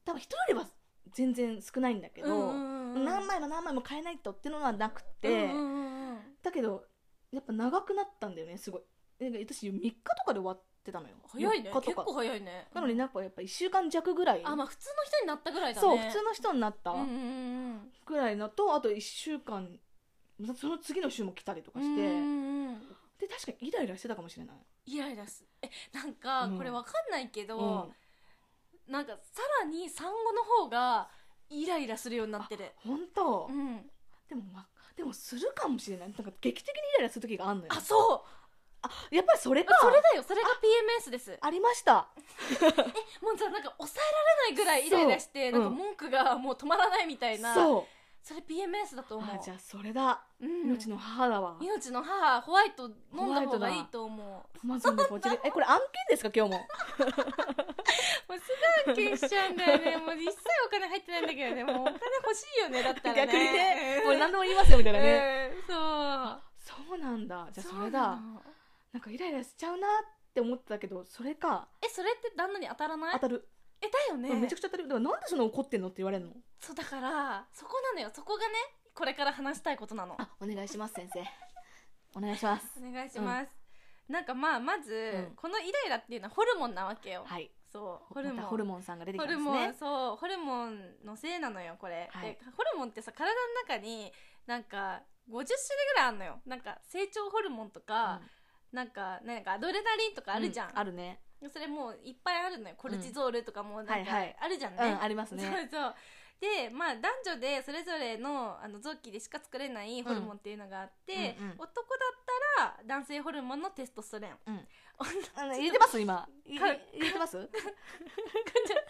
Speaker 2: 多分人よりは全然少ないんだけど、
Speaker 1: うんうんうん
Speaker 2: 何枚も何枚も買えないとってのはなくて、
Speaker 1: うんうんうんうん
Speaker 2: だけどやっぱ長くなったんだよねすごいなんか私3日とかで終わってたのよ
Speaker 1: 早いね
Speaker 2: 4日
Speaker 1: 結
Speaker 2: とか
Speaker 1: 構早いね
Speaker 2: なのになんかやっぱ1週間弱ぐらい、
Speaker 1: あまあ普通の人になったぐらいだね
Speaker 2: そう普通の人になった
Speaker 1: うんうんうんうん
Speaker 2: ぐらいのと、あと1週間その次の週も来たりとかして、
Speaker 1: うんうんうん
Speaker 2: で確かにイライラしてたかもしれない、
Speaker 1: イライラすえなんか
Speaker 2: うん
Speaker 1: これわかんないけ
Speaker 2: う
Speaker 1: ど、
Speaker 2: ん
Speaker 1: なんかさらに産後の方がイライラするようになってる
Speaker 2: 本当、
Speaker 1: うん
Speaker 2: でもまでもするかもしれないなんか劇的にイライラする時があるのよ
Speaker 1: あそう
Speaker 2: あやっぱりそれか
Speaker 1: それだよそれが PMS です
Speaker 2: ありました
Speaker 1: もうさなんか抑えられないぐらいイライラして
Speaker 2: そ
Speaker 1: な
Speaker 2: うん
Speaker 1: か文句がもう止まらないみたいな
Speaker 2: そう
Speaker 1: それ PMS だと思う
Speaker 2: あじゃあそれだ
Speaker 1: うん
Speaker 2: 命の母だわ、
Speaker 1: 命の母ホワイト飲んだ方がいいと思うも
Speaker 2: マジでこっちでえこれ案件ですか今日も
Speaker 1: うすぐ消しちゃうんだよねもう一切お金入ってないんだけ どねもうお金欲しいよねだったらね
Speaker 2: 逆にね
Speaker 1: うん
Speaker 2: もう何でも言いますよみたいなね、
Speaker 1: うんそう
Speaker 2: そうなんだじゃあそれ
Speaker 1: うな
Speaker 2: だ
Speaker 1: の
Speaker 2: なんかイライラしちゃうなって思ってたけどそれか
Speaker 1: えそれって旦那に当たらない
Speaker 2: 当たる、
Speaker 1: えだよね
Speaker 2: うんめちゃくちゃ当たるでもなんでそんな怒ってんのって言われるの
Speaker 1: そうだからそこなのよそこがねこれから話したいことなの
Speaker 2: あお願いします先生お願いします
Speaker 1: お願いします、なんかまあまず、
Speaker 2: うん
Speaker 1: このイライラっていうのはホルモンなわけよ、
Speaker 2: はい
Speaker 1: そうホ
Speaker 2: ま
Speaker 1: ルモン、
Speaker 2: たホルモンさんが出てき
Speaker 1: ホ
Speaker 2: たんで
Speaker 1: ル
Speaker 2: す
Speaker 1: モン、
Speaker 2: ね
Speaker 1: そうホルモンのせいなのよこれ、
Speaker 2: はい
Speaker 1: でホルモンってさ体の中になんか50種類ぐらいあんのよなんか成長ホルモンとか、なんかねなんかアドレナリンとかあるじゃん
Speaker 2: う、あるね
Speaker 1: それもういっぱいあるのよコルチゾールとかもなんか
Speaker 2: はいはい
Speaker 1: あるじゃんね、
Speaker 2: うんありますね
Speaker 1: そうそうでまあ男女でそれぞれのあの臓器でしか作れないホルモンっていうのがあって、
Speaker 2: うんうんうん
Speaker 1: 男だったら男性ホルモンのテストステロン、
Speaker 2: うん
Speaker 1: 女噛んじ
Speaker 2: あの入れてます今い
Speaker 1: か
Speaker 2: 入れてますめっち
Speaker 1: ゃっ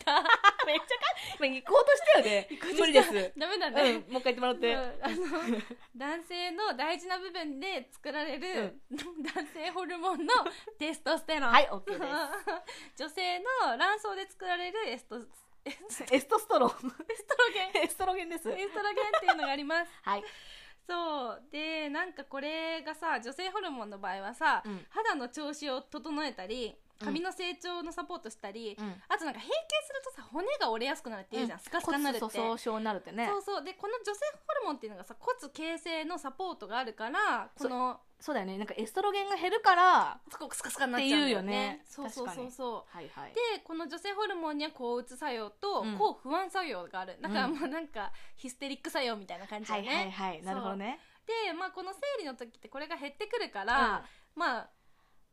Speaker 1: た
Speaker 2: ゃ今行こうとしたよね無理です
Speaker 1: ダメだ
Speaker 2: う ん
Speaker 1: ね、
Speaker 2: もう一回言ってもらっ
Speaker 1: そう
Speaker 2: て
Speaker 1: あの男性の大事な部分で作られる、男性ホルモン のテストステロン、
Speaker 2: はいオッケーで
Speaker 1: 女性の卵巣で作られるエストエス
Speaker 2: すエスト ストロン
Speaker 1: トロゲ
Speaker 2: エストロゲンです
Speaker 1: ンエストロゲンっていうのがあり ます
Speaker 2: はい
Speaker 1: そうでなんかこれがさ女性ホルモンの場合はさ、
Speaker 2: うん
Speaker 1: 肌の調子を整えたり髪の成長のサポートしたり、
Speaker 2: うん
Speaker 1: あとなんか閉経するとさ骨が折れやすくなるって言うじゃん、スカスカになるって
Speaker 2: 骨粗鬆症になるってね
Speaker 1: そうそうでこの女性ホルモンっていうのがさ骨形成のサポートがあるからこの
Speaker 2: そうだよねなんかエストロゲンが減るから
Speaker 1: すごくスカスカになっちゃうんだよね
Speaker 2: って
Speaker 1: そ
Speaker 2: 言うよ
Speaker 1: う
Speaker 2: ね
Speaker 1: そうそうそう
Speaker 2: はいはい
Speaker 1: でこの女性ホルモンには抗うつ作用と
Speaker 2: うん
Speaker 1: 抗不安作用がある、だから
Speaker 2: うん
Speaker 1: もうなんかヒステリック作用みたいな感じだ
Speaker 2: は
Speaker 1: よ
Speaker 2: い
Speaker 1: ね、
Speaker 2: はいはいなるほどね
Speaker 1: で、まあ、この生理の時ってこれが減ってくるから、まあ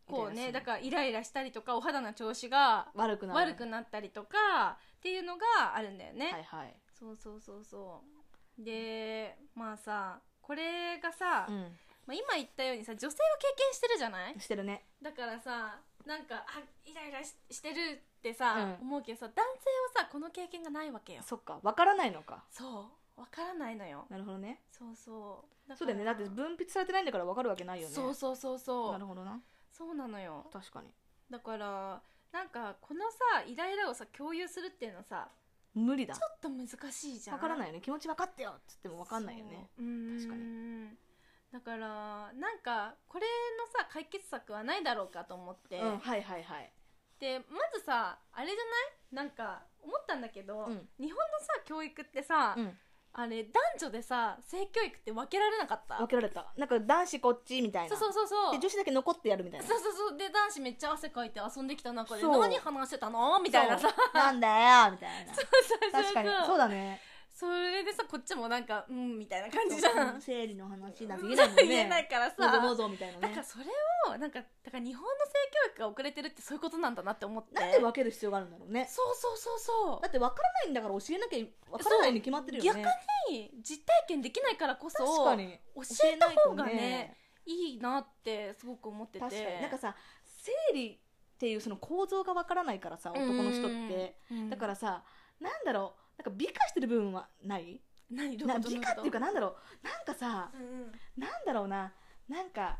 Speaker 1: こうね
Speaker 2: イライラする
Speaker 1: だからイライラしたりとかお肌の調子が
Speaker 2: 悪くなる
Speaker 1: 悪くなったりとかっていうのがあるんだよね、
Speaker 2: はいはい
Speaker 1: そうそうそうそうでまあさこれがさ、
Speaker 2: う
Speaker 1: まあ、今言ったようにさ女性は経験してるじゃない
Speaker 2: んしてるね
Speaker 1: だからさなんかあイライラししてるってさ、
Speaker 2: うん
Speaker 1: 思うけどさ男性はさこの経験がないわけよ
Speaker 2: そっかわからないのか
Speaker 1: そうわからないのよ
Speaker 2: なるほどね
Speaker 1: そうそう
Speaker 2: そうだよねだって分泌されてないんだからわかるわけないよね
Speaker 1: そうそうそうそ
Speaker 2: な
Speaker 1: う
Speaker 2: るほどな
Speaker 1: そうなのよ
Speaker 2: 確かに
Speaker 1: だからなんかこのさイライラをさ共有するっていうのはさ
Speaker 2: 無理だ
Speaker 1: ちょっと難しいじゃん
Speaker 2: わからない
Speaker 1: い
Speaker 2: よね気持ち分かってよっつっても分かんないよね
Speaker 1: 確
Speaker 2: 確か
Speaker 1: だからなんかこれのさ解決策はないだろうかと思って、
Speaker 2: うんはいはいはい
Speaker 1: でまずさあれじゃないなんか思ったんだけど、
Speaker 2: うん
Speaker 1: 日本のさ教育ってさ、
Speaker 2: うん
Speaker 1: あれ男女でさ性教育って分けられなかった
Speaker 2: 分けられたなんか男子こっちみたい
Speaker 1: そ
Speaker 2: な
Speaker 1: うそうそうそう
Speaker 2: で女子だけ残ってやるみたいな
Speaker 1: そうそうそうで男子めっちゃ汗かいて遊んできた中で
Speaker 2: そう
Speaker 1: 何話してたのみたいなさ
Speaker 2: そうなんだよみたいな確かにそうだね
Speaker 1: それでさこっちもなんかうんみたいな感じじゃん
Speaker 2: 生理の話なんて 言えないもんね
Speaker 1: 言えないからさ
Speaker 2: もぞもぞみたいな
Speaker 1: だから
Speaker 2: ね
Speaker 1: それをなんかだから日本の性教育が遅れてるってそういうことなんだなって思って
Speaker 2: なんで分ける必要があるんだろうね
Speaker 1: そうそうそうそう
Speaker 2: だって分からないんだから教えなきゃ分からないに決まってるよね
Speaker 1: に実体験できないからこそ
Speaker 2: 確かに
Speaker 1: 教
Speaker 2: 教え
Speaker 1: えた
Speaker 2: ないと
Speaker 1: 方がね
Speaker 2: ね
Speaker 1: いいなってすごく思ってて
Speaker 2: 確かになんかさ生理っていうその構造がわからないからさ男の人って、だかららさなんだろうなんか美化してる部分はない
Speaker 1: 何どうい
Speaker 2: な
Speaker 1: うこと
Speaker 2: 美化っていうかなんだろうなんかさ
Speaker 1: うんうん
Speaker 2: なんだろうななんか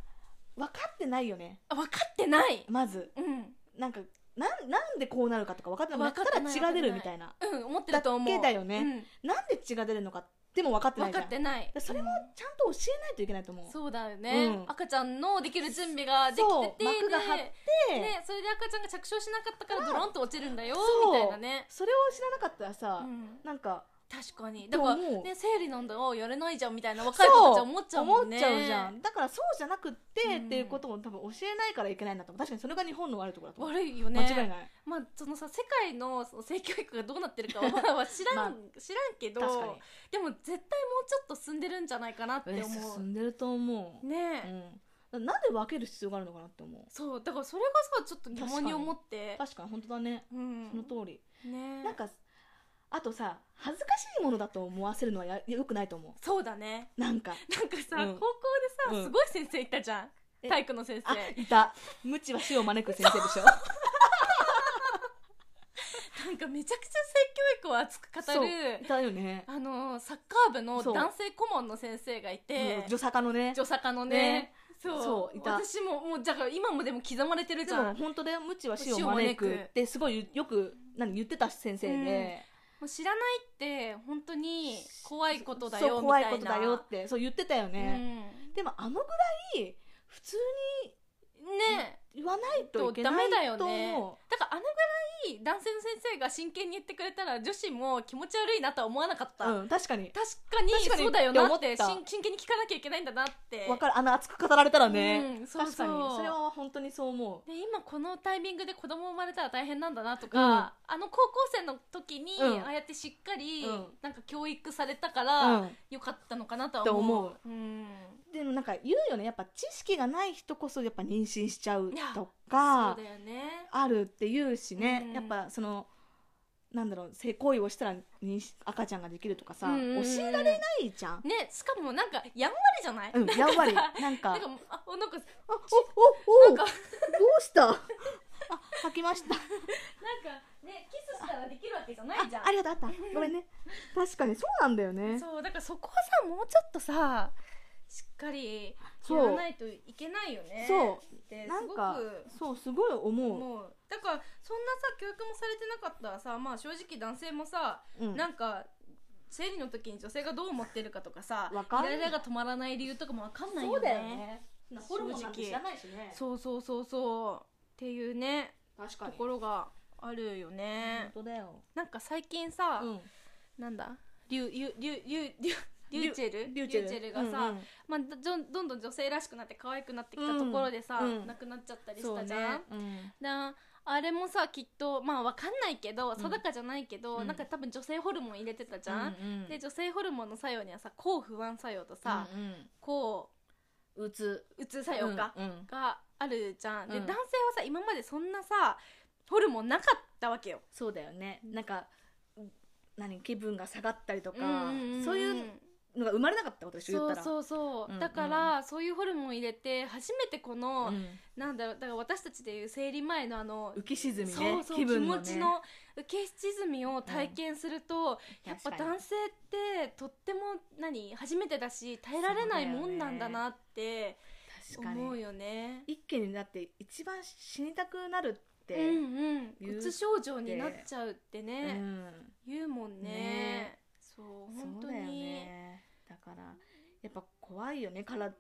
Speaker 2: 分かってないよね
Speaker 1: あ分かってない
Speaker 2: まず
Speaker 1: うん
Speaker 2: なんかなんなんでこうなるかとか分かってない
Speaker 1: 分かってない
Speaker 2: ただ血が出るみたいな
Speaker 1: うん思ってると思う
Speaker 2: だけだよね
Speaker 1: うん
Speaker 2: なんで血が出るのかでも分かってない
Speaker 1: 分
Speaker 2: じ
Speaker 1: か
Speaker 2: ゃん
Speaker 1: ってない
Speaker 2: それもちゃんと教えないといけないと思う
Speaker 1: そうだよね、
Speaker 2: うん
Speaker 1: 赤ちゃんのできる準備ができ
Speaker 2: そう
Speaker 1: てて
Speaker 2: 膜が張っ
Speaker 1: で
Speaker 2: で
Speaker 1: ね、それで赤ちゃんが着床しなかったから
Speaker 2: うん
Speaker 1: ドロンと落ちるんだよ
Speaker 2: そう
Speaker 1: みたいなね、
Speaker 2: それを知らなかったら
Speaker 1: う
Speaker 2: さ、
Speaker 1: ん、
Speaker 2: なんか
Speaker 1: 確かにだから、
Speaker 2: と思う
Speaker 1: ね、生理なんだよやれないじゃんみたいな若い子たちは思っちゃうもんね
Speaker 2: 思っちゃうじゃんだからそうじゃなくって、
Speaker 1: うん
Speaker 2: っていうことも多分教えないからいけないなと思う確かにそれが日本の悪いところだと思う、
Speaker 1: 悪いよね
Speaker 2: 間違いない
Speaker 1: まあそのさ世界のその性教育がどうなってるかはまだは知らん、
Speaker 2: まあ
Speaker 1: 知らんけど
Speaker 2: 確かに
Speaker 1: でも絶対もうちょっと進んでるんじゃないかなって
Speaker 2: え
Speaker 1: 思
Speaker 2: 進んでると思
Speaker 1: う
Speaker 2: う、
Speaker 1: ねえ、
Speaker 2: うん、なんで分ける必要があるのかなって思う
Speaker 1: そうだからそれがさちょっと疑問に思って
Speaker 2: 確かに本当だね、
Speaker 1: うん
Speaker 2: その通り、
Speaker 1: ねえ
Speaker 2: なんかあとさ恥ずかしいものだと思わせるのはやよくないと思
Speaker 1: そうだね
Speaker 2: うなんか
Speaker 1: なんかさ、
Speaker 2: うん
Speaker 1: 高校でさ、
Speaker 2: うん
Speaker 1: すごい先生いたじゃん
Speaker 2: え
Speaker 1: 体育の先生
Speaker 2: あいた無知は死を招く先生でしょ
Speaker 1: なんかめちゃくちゃ性教育を熱く語
Speaker 2: そう
Speaker 1: る
Speaker 2: いたよね、
Speaker 1: あのーサッカー部の
Speaker 2: そう
Speaker 1: 男性顧問の先生がいて
Speaker 2: うん女坂のね
Speaker 1: 女坂のね
Speaker 2: ね
Speaker 1: そう
Speaker 2: そういた
Speaker 1: 私ももうだから今もでも刻まれてるじ
Speaker 2: で
Speaker 1: ゃん
Speaker 2: も
Speaker 1: も
Speaker 2: 本当だよ無知は死を招
Speaker 1: 死を
Speaker 2: く
Speaker 1: 招く
Speaker 2: ってすごいよく何言ってた先生で、
Speaker 1: う知らないって本当に怖いことだ
Speaker 2: そ
Speaker 1: よ
Speaker 2: う
Speaker 1: みた
Speaker 2: 怖
Speaker 1: い
Speaker 2: い
Speaker 1: な
Speaker 2: ことだよってそう言ってたよ
Speaker 1: うん
Speaker 2: ね、でもあのぐらい普通に
Speaker 1: ね
Speaker 2: 言わないといけ
Speaker 1: ダ
Speaker 2: な
Speaker 1: メ
Speaker 2: い
Speaker 1: だよ
Speaker 2: と
Speaker 1: ね
Speaker 2: 思
Speaker 1: だからあのぐらい男性の先生が真剣に言ってくれたら女子も気持ち悪いなとは思わなかった、
Speaker 2: う、うん、確かに
Speaker 1: 確かに
Speaker 2: 確かに
Speaker 1: そうだよなって
Speaker 2: って思った
Speaker 1: 真真剣に聞かなきゃいけないんだなって
Speaker 2: わかるあの熱く語られたらね、
Speaker 1: うんそうそう
Speaker 2: 確かにそれは本当にそう思
Speaker 1: で今このタイミングで子供生まれたら大変なんだなとか、
Speaker 2: うん
Speaker 1: あの高校生の時に、
Speaker 2: うん
Speaker 1: ああやってしっかり
Speaker 2: うん
Speaker 1: なんか教育されたか
Speaker 2: う、
Speaker 1: ら、
Speaker 2: う
Speaker 1: よかったのかなとは思う
Speaker 2: と思
Speaker 1: うん、
Speaker 2: ん、でもなんか言うよねやっぱ知識がない人こそやっぱ妊娠しちゃう
Speaker 1: いや
Speaker 2: と
Speaker 1: そ
Speaker 2: か
Speaker 1: うだよね
Speaker 2: あるって言うしね、
Speaker 1: うん
Speaker 2: やっぱそのなんだろう性行為をしたら妊娠赤ちゃんができるとかさ、
Speaker 1: うんうんうん
Speaker 2: 教えられないじゃん、
Speaker 1: ねしかもなんかやんわりじゃない、
Speaker 2: うん、やんわり
Speaker 1: なん
Speaker 2: なんか
Speaker 1: なんかあおなんか
Speaker 2: あおおお
Speaker 1: なんか
Speaker 2: どうしたあ吐きました
Speaker 1: なんかねキスしたらできるわけじゃないじゃん
Speaker 2: あありがとうあったごめんね確かにそうなんだよね
Speaker 1: そうだからそこはさもうちょっとさしっかり言わないといけないよね
Speaker 2: そう
Speaker 1: って
Speaker 2: なん
Speaker 1: すご
Speaker 2: か
Speaker 1: く
Speaker 2: そうすごい思う、
Speaker 1: もうだからそんなさ教育もされてなかったらさまあ正直男性もさ、
Speaker 2: うん、
Speaker 1: なんか生理の時に女性がどう思ってるかとかさ
Speaker 2: わかん
Speaker 1: イライラが止まらない理由とかもわかんない
Speaker 2: そ
Speaker 1: よ
Speaker 2: うだ
Speaker 1: ね
Speaker 2: よねホルモンなんて知らないしね
Speaker 1: そうそうそうそうっていうね
Speaker 2: 確か
Speaker 1: と
Speaker 2: に
Speaker 1: ころがあるよね、
Speaker 2: 当だよ
Speaker 1: なんか最近さ、
Speaker 2: うん
Speaker 1: なんだリュリュリュリュリュリューチェル
Speaker 2: リューチェル
Speaker 1: がさ、
Speaker 2: うんうん
Speaker 1: まあ、どどんどん女性らしくなって可愛くなってきたところでさ、
Speaker 2: うん
Speaker 1: なくなっちゃったり
Speaker 2: そ
Speaker 1: し
Speaker 2: う
Speaker 1: た
Speaker 2: ね
Speaker 1: じゃん、
Speaker 2: うん
Speaker 1: なあれもさきっとまあわかんないけど
Speaker 2: ん
Speaker 1: 定かじゃないけど、
Speaker 2: うん
Speaker 1: なんか多分女性ホルモン入れてたじゃん、
Speaker 2: うんうん
Speaker 1: で女性ホルモンの作用にはさ抗不安作用とさ、抗
Speaker 2: うんうつ
Speaker 1: うつ作用か、
Speaker 2: うんうん
Speaker 1: があるじゃんで、
Speaker 2: うん
Speaker 1: 男性はさ今までそんなさホルモンなかったわけよ
Speaker 2: そうだよねなんかうん何気分が下がったりとか、
Speaker 1: うんんんん
Speaker 2: そういうのが生まれなかったことでしょ
Speaker 1: そう
Speaker 2: 言ったらう
Speaker 1: そうそう、
Speaker 2: うんうん
Speaker 1: だからそういうホルモン入れて初めてこの、
Speaker 2: ん
Speaker 1: なんだろうだから私たちでいう生理前のあの
Speaker 2: 浮き沈みね
Speaker 1: そうそう
Speaker 2: 気
Speaker 1: 気
Speaker 2: 分
Speaker 1: 持
Speaker 2: の、ね、
Speaker 1: ちの受け沈みを体験すると、やっぱ
Speaker 2: 確かに
Speaker 1: 男性ってとっても何初めてだし耐えられないもんなんだなって
Speaker 2: 確か
Speaker 1: 思う
Speaker 2: に
Speaker 1: よね。
Speaker 2: 一気にだって一番死にたくなるって、
Speaker 1: うんう
Speaker 2: 言
Speaker 1: ん、
Speaker 2: う
Speaker 1: うつ症状になっちゃうって
Speaker 2: う
Speaker 1: ね、
Speaker 2: ん
Speaker 1: 言うもんね
Speaker 2: ね
Speaker 1: そう本
Speaker 2: そう
Speaker 1: 当
Speaker 2: だよ
Speaker 1: に
Speaker 2: ねだからやっぱ怖いよね体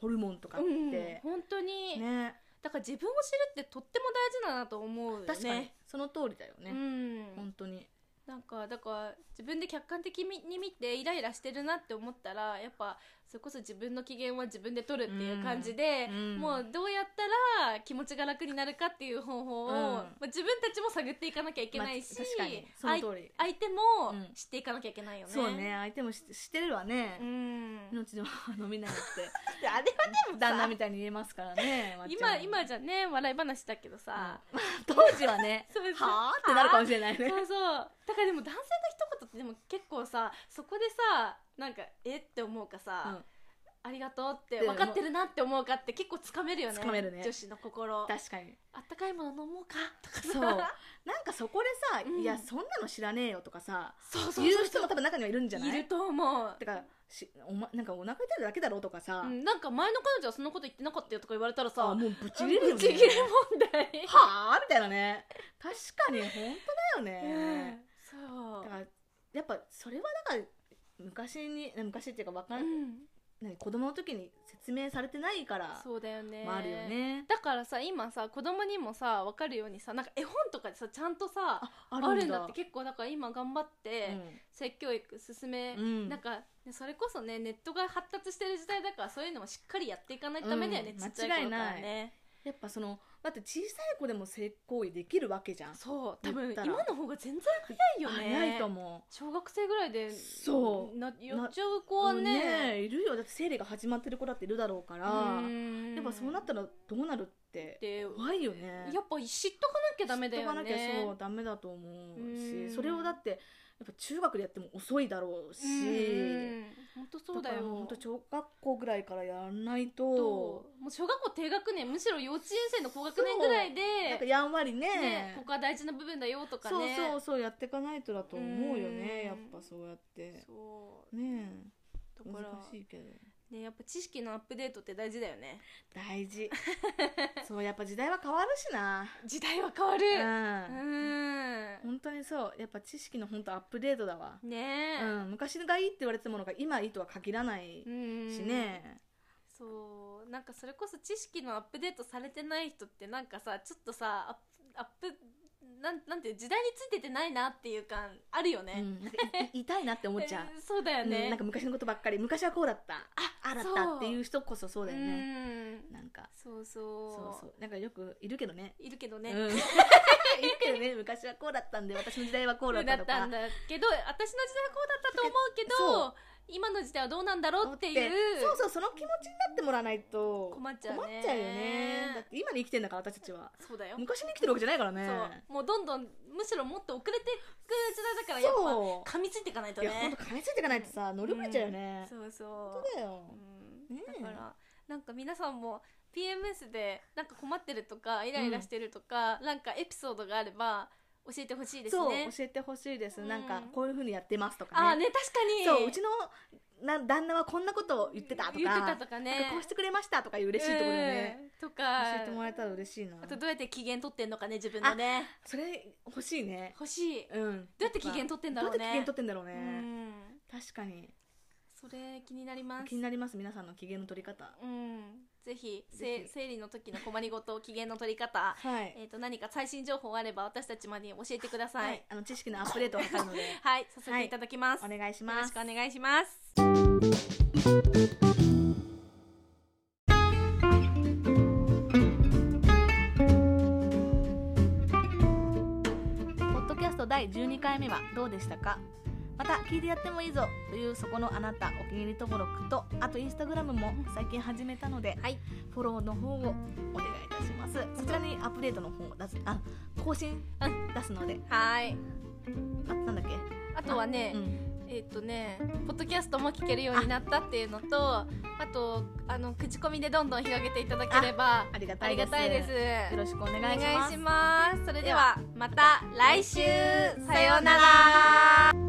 Speaker 2: ホルモンとかっ
Speaker 1: うん
Speaker 2: て、
Speaker 1: 本当に、
Speaker 2: ね
Speaker 1: だから自分を知るってとっても大事だなと思うよね
Speaker 2: 確かにその通りだよね、
Speaker 1: うん、
Speaker 2: 本当に
Speaker 1: なんかだから自分で客観的に見てイライラしてるなって思ったらやっぱそれこそ自分の機嫌は自分で取るっていう感じで、
Speaker 2: うん
Speaker 1: もうどうやったら気持ちが楽になるかっていう方法を、
Speaker 2: うん
Speaker 1: まあ、自分たちも探っていかなきゃいけないし、
Speaker 2: まあ確かにそ
Speaker 1: あい
Speaker 2: の通り
Speaker 1: 相手も
Speaker 2: うん
Speaker 1: 知っていかなきゃいけないよね。
Speaker 2: そうね相手もししてるわね、
Speaker 1: うん
Speaker 2: 命の飲みなよって
Speaker 1: であれはでもさ
Speaker 2: 旦那みたいに言えますからねまっちゃ
Speaker 1: 今
Speaker 2: ん
Speaker 1: 今じゃね笑い話だけどさ、
Speaker 2: 当時はね
Speaker 1: そうそう
Speaker 2: はあってなるかもしれないね
Speaker 1: そうそうだからでも男性の一言ってでも結構さそこでさなんかえって思うかさ、
Speaker 2: うん
Speaker 1: ありがとうって
Speaker 2: で
Speaker 1: 分かってるなって思うかって結構つかめるよね
Speaker 2: つかめるね
Speaker 1: 女子の心あっ
Speaker 2: 確かに
Speaker 1: たかいもの飲もうかとかさ
Speaker 2: そうなんかそこでさ、
Speaker 1: うん
Speaker 2: いやそんなの知らねえよとかさ
Speaker 1: そうそうそう
Speaker 2: 言う人も多分中にはいるんじゃない
Speaker 1: いると思う
Speaker 2: だからしお、ま、なんかお腹痛いだけだろうとかさ、
Speaker 1: うん、なんか前の彼女はそんなこと言ってなかったよとか言われたらさ
Speaker 2: あもうぶち切れるよ
Speaker 1: ぶ
Speaker 2: ね
Speaker 1: ち切れ問題
Speaker 2: はあみたいなね確かに本当だよ
Speaker 1: うん
Speaker 2: ね、
Speaker 1: そう
Speaker 2: だからやっぱそれはだから昔に昔っていうかわかん、
Speaker 1: うん
Speaker 2: 何子供の時に説明されてないから
Speaker 1: そうだよね
Speaker 2: もあるよね
Speaker 1: だからさ今さ子供にもさ分かるようにさなんか絵本とかでさちゃんとさ
Speaker 2: あ
Speaker 1: あ
Speaker 2: あ
Speaker 1: るんだって結構だから今頑張って、性教育進め、
Speaker 2: うん
Speaker 1: なんかねそれこそねネットが発達してる時代だからそういうのもしっかりやっていかないとダメだよね、
Speaker 2: うん
Speaker 1: ちっちゃい頃から
Speaker 2: 間
Speaker 1: ね
Speaker 2: やっぱそのだって小さい子でも性行為できるわけじゃん
Speaker 1: そう多
Speaker 2: 言
Speaker 1: 分
Speaker 2: った
Speaker 1: 今
Speaker 2: ら
Speaker 1: の方が全然早いよね
Speaker 2: 早いと思
Speaker 1: 小学生ぐらいで
Speaker 2: そう
Speaker 1: なやっちゃう子は
Speaker 2: う
Speaker 1: ね
Speaker 2: えいるよだって生理が始まってる子だっているだろうから
Speaker 1: うん
Speaker 2: やっぱそうなったらどうなるって
Speaker 1: で
Speaker 2: 怖いよね
Speaker 1: やっぱ知っとかなきゃダメだよ
Speaker 2: 知っとかなきゃそ
Speaker 1: ね
Speaker 2: うダメだと思う
Speaker 1: う
Speaker 2: し
Speaker 1: ん
Speaker 2: それをだってやっぱ中学でやっても遅いだろうし
Speaker 1: 本当そうだ
Speaker 2: から
Speaker 1: よ
Speaker 2: もうほんと小学校ぐらいからやらない
Speaker 1: そ
Speaker 2: と
Speaker 1: うもう小学校低学年むしろ幼稚園生の高学年ぐらいで
Speaker 2: なんかやんわりね
Speaker 1: ね、ここは大事な部分だよとか
Speaker 2: そう
Speaker 1: ね
Speaker 2: そうそうやっていかないとだと思うよ
Speaker 1: う
Speaker 2: ね
Speaker 1: ん
Speaker 2: やっぱそうやって
Speaker 1: そう
Speaker 2: ねえ
Speaker 1: だから
Speaker 2: 難しいけど
Speaker 1: ねやっぱ知識のアップデートって大事だよね
Speaker 2: 大事 そうやっぱ時代は変わるしな
Speaker 1: 時代は変わ
Speaker 2: う
Speaker 1: るうんん
Speaker 2: 本当にそうやっぱ知識の本当アップデートだわ、
Speaker 1: ねえ
Speaker 2: うん、昔がいいって言われてたものが今いいとは限らない
Speaker 1: うん
Speaker 2: しね、
Speaker 1: そうなんかそれこそ知識のアップデートされてない人ってなんかさちょっとさアップアップなんなんていう時代についててないなっていう感あるよ
Speaker 2: う
Speaker 1: ね、
Speaker 2: んなんかい い痛いなって思っちゃう、
Speaker 1: えそうだよね、
Speaker 2: うんなんか昔のことばっかり昔はこうだったああだっ
Speaker 1: そ
Speaker 2: た
Speaker 1: う
Speaker 2: っていう人こそそうだよね、
Speaker 1: うん
Speaker 2: なんか
Speaker 1: そう
Speaker 2: そう
Speaker 1: そう
Speaker 2: そうなんかよくいるけどね
Speaker 1: いるけどね、
Speaker 2: うんいるけどね昔はこうだったんで私の時代はこうだっ
Speaker 1: だ
Speaker 2: た
Speaker 1: っ
Speaker 2: と
Speaker 1: た
Speaker 2: か
Speaker 1: んだけど私の時代はこうだったと思うけど今の時代はどうなんだろうっていう
Speaker 2: そうそうその気持ちになってもらわないと
Speaker 1: 困っちゃうね
Speaker 2: 困っちゃうよねだって今に生きてんだから私たちは
Speaker 1: そうだよ、
Speaker 2: 昔に生きてるわけじゃないからね
Speaker 1: そうもうどんどんむしろもっと遅れていく時代だからやっ
Speaker 2: そ
Speaker 1: ぱ噛みついていかないと
Speaker 2: ういやほん
Speaker 1: ね
Speaker 2: と噛みついていかないとさ乗り越えちゃうよね、
Speaker 1: そう
Speaker 2: 本
Speaker 1: そ
Speaker 2: 当だ
Speaker 1: う、
Speaker 2: よ
Speaker 1: うん
Speaker 2: ねえ
Speaker 1: だからなんか皆さんも PMS でなんか困ってるとかイライラしてるとか、なんかエピソードがあれば教えてほしいです
Speaker 2: そう
Speaker 1: ね
Speaker 2: 教えてほしいです、
Speaker 1: うん
Speaker 2: なんかこういうふうにやってますとかね
Speaker 1: ああね確かに
Speaker 2: そううちのな旦那はこんなことを言ってたとか
Speaker 1: 言ってたとかね
Speaker 2: なんかこうしてくれましたとかいう嬉しいところでね、
Speaker 1: うんとか
Speaker 2: 教えてもらえたら嬉しいな
Speaker 1: あとどうやって機嫌取ってんのかね自分のね
Speaker 2: それ欲しいね
Speaker 1: 欲しい
Speaker 2: うん
Speaker 1: どうやって機嫌取ってんだろうね
Speaker 2: どうやって機嫌取ってんだろうね
Speaker 1: う、ん
Speaker 2: 確かに
Speaker 1: それ気になります
Speaker 2: 気になります皆さんの機嫌の取り方
Speaker 1: うんぜひせ
Speaker 2: ぜひ
Speaker 1: 生理の時の困りごと機嫌の取り方、
Speaker 2: はい
Speaker 1: えー、と何か最新情報あれば私たちまで教えてください
Speaker 2: は
Speaker 1: はいい、
Speaker 2: あの知識のアップデートを図るの で
Speaker 1: させていただきます、
Speaker 2: お願いし
Speaker 1: よ
Speaker 2: ま
Speaker 1: ろ
Speaker 2: す
Speaker 1: しくお願いします
Speaker 2: ポッドキャスト第12回目はどうでしたかまた聞いてやってもいいぞというそこのあなたお気に入り登録とあとインスタグラムも最近始めたので、
Speaker 1: はい
Speaker 2: フォローの方をお願いいたしますそちらにアップデートの方を出すあ更新
Speaker 1: う
Speaker 2: 出すので
Speaker 1: はい
Speaker 2: あなんだっけ
Speaker 1: あとはね、
Speaker 2: うん
Speaker 1: えっ、とねポッドキャストも聞けるようになったっていうのとあとあの口コミでどんどん広げていただければ
Speaker 2: ありが
Speaker 1: あ
Speaker 2: たい
Speaker 1: り
Speaker 2: で
Speaker 1: が
Speaker 2: す
Speaker 1: たいです
Speaker 2: よろしくお
Speaker 1: お
Speaker 2: 願
Speaker 1: 願
Speaker 2: いしま
Speaker 1: い
Speaker 2: す
Speaker 1: しますそれではまた来週さようなら